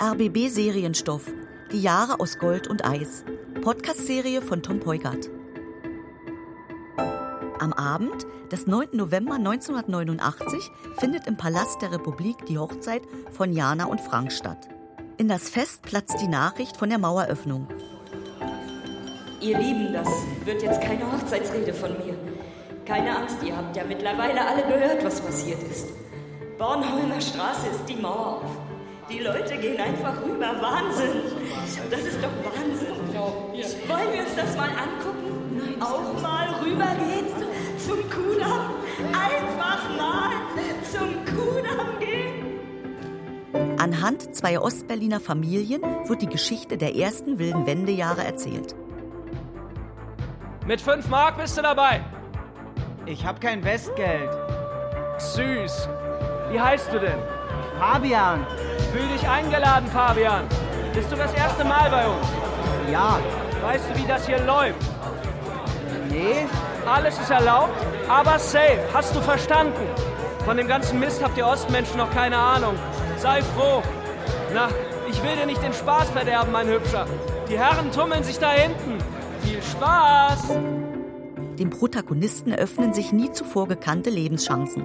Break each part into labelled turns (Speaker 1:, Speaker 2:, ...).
Speaker 1: RBB Serienstoff. Die Jahre aus Gold und Eis. Podcast-Serie von Tom Peugert. Am Abend des 9. November 1989 findet im Palast der Republik die Hochzeit von Jana und Frank statt. In das Fest platzt die Nachricht von der Maueröffnung.
Speaker 2: Ihr Lieben, das wird jetzt keine Hochzeitsrede von mir. Keine Angst, ihr habt ja mittlerweile alle gehört, was passiert ist. Bornholmer Straße ist die Mauer auf. Die Leute gehen einfach rüber. Wahnsinn! Das ist doch Wahnsinn. Wollen wir uns das mal angucken? Auch mal rübergehen zum Kudamm? Einfach mal zum Kudamm gehen!
Speaker 1: Anhand zweier Ostberliner Familien wird die Geschichte der ersten wilden Wendejahre erzählt.
Speaker 3: Mit 5 Mark bist du dabei.
Speaker 4: Ich hab kein Westgeld.
Speaker 3: Süß. Wie heißt du denn?
Speaker 4: Fabian,
Speaker 3: Fühl dich eingeladen, Fabian. Bist du das erste Mal bei uns?
Speaker 4: ja,
Speaker 3: Weißt du, wie das hier läuft?
Speaker 4: nee,
Speaker 3: Alles ist erlaubt, aber safe. Hast du verstanden? Von dem ganzen Mist habt ihr Ostmenschen noch keine Ahnung. Sei froh. Na, ich will dir nicht den Spaß verderben, mein Hübscher. Die Herren tummeln sich da hinten. Viel Spaß!
Speaker 1: Dem Protagonisten öffnen sich nie zuvor gekannte Lebenschancen.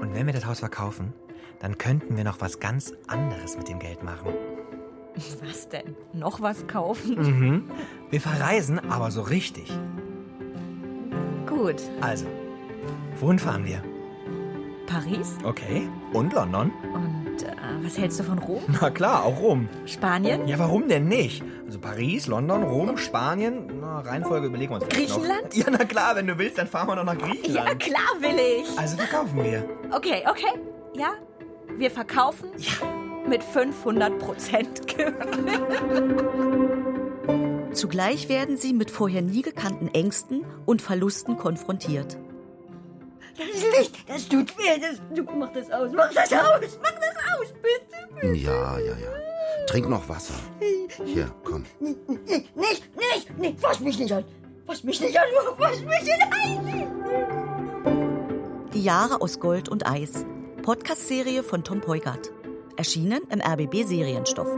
Speaker 5: Und wenn wir das Haus verkaufen, dann könnten wir noch was ganz anderes mit dem Geld machen.
Speaker 6: Was denn? Noch was kaufen?
Speaker 5: Wir verreisen, aber so richtig.
Speaker 6: Gut.
Speaker 5: Also, wohin fahren wir?
Speaker 6: Paris?
Speaker 5: Okay. Und London?
Speaker 6: Und äh, was hältst du von Rom?
Speaker 5: Na klar, auch Rom.
Speaker 6: Spanien?
Speaker 5: Ja, warum denn nicht? Also Paris, London, Rom, Spanien. Na, Reihenfolge überlegen wir uns. vielleicht
Speaker 6: Griechenland?
Speaker 5: Noch. Ja, na klar, wenn du willst, dann fahren wir noch nach
Speaker 6: Ja,
Speaker 5: Griechenland.
Speaker 6: klar will ich.
Speaker 5: Also verkaufen wir.
Speaker 6: Okay, okay. Ja, wir verkaufen mit 500 Prozent Gewinn.
Speaker 1: Zugleich werden sie mit vorher nie gekannten Ängsten und Verlusten konfrontiert.
Speaker 7: Das Licht, das tut weh, das, du, mach das aus, mach das aus, mach das aus, bitte.
Speaker 8: Ja, ja, ja. Trink noch Wasser. Hier, komm.
Speaker 7: N- n- Nicht, nicht, nicht, nicht, fass mich nicht an, fass mich nicht an, fass mich nicht an.
Speaker 1: Die Jahre aus Gold und Eis. Podcast-Serie von Tom Peugert. Erschienen im RBB Serienstoff.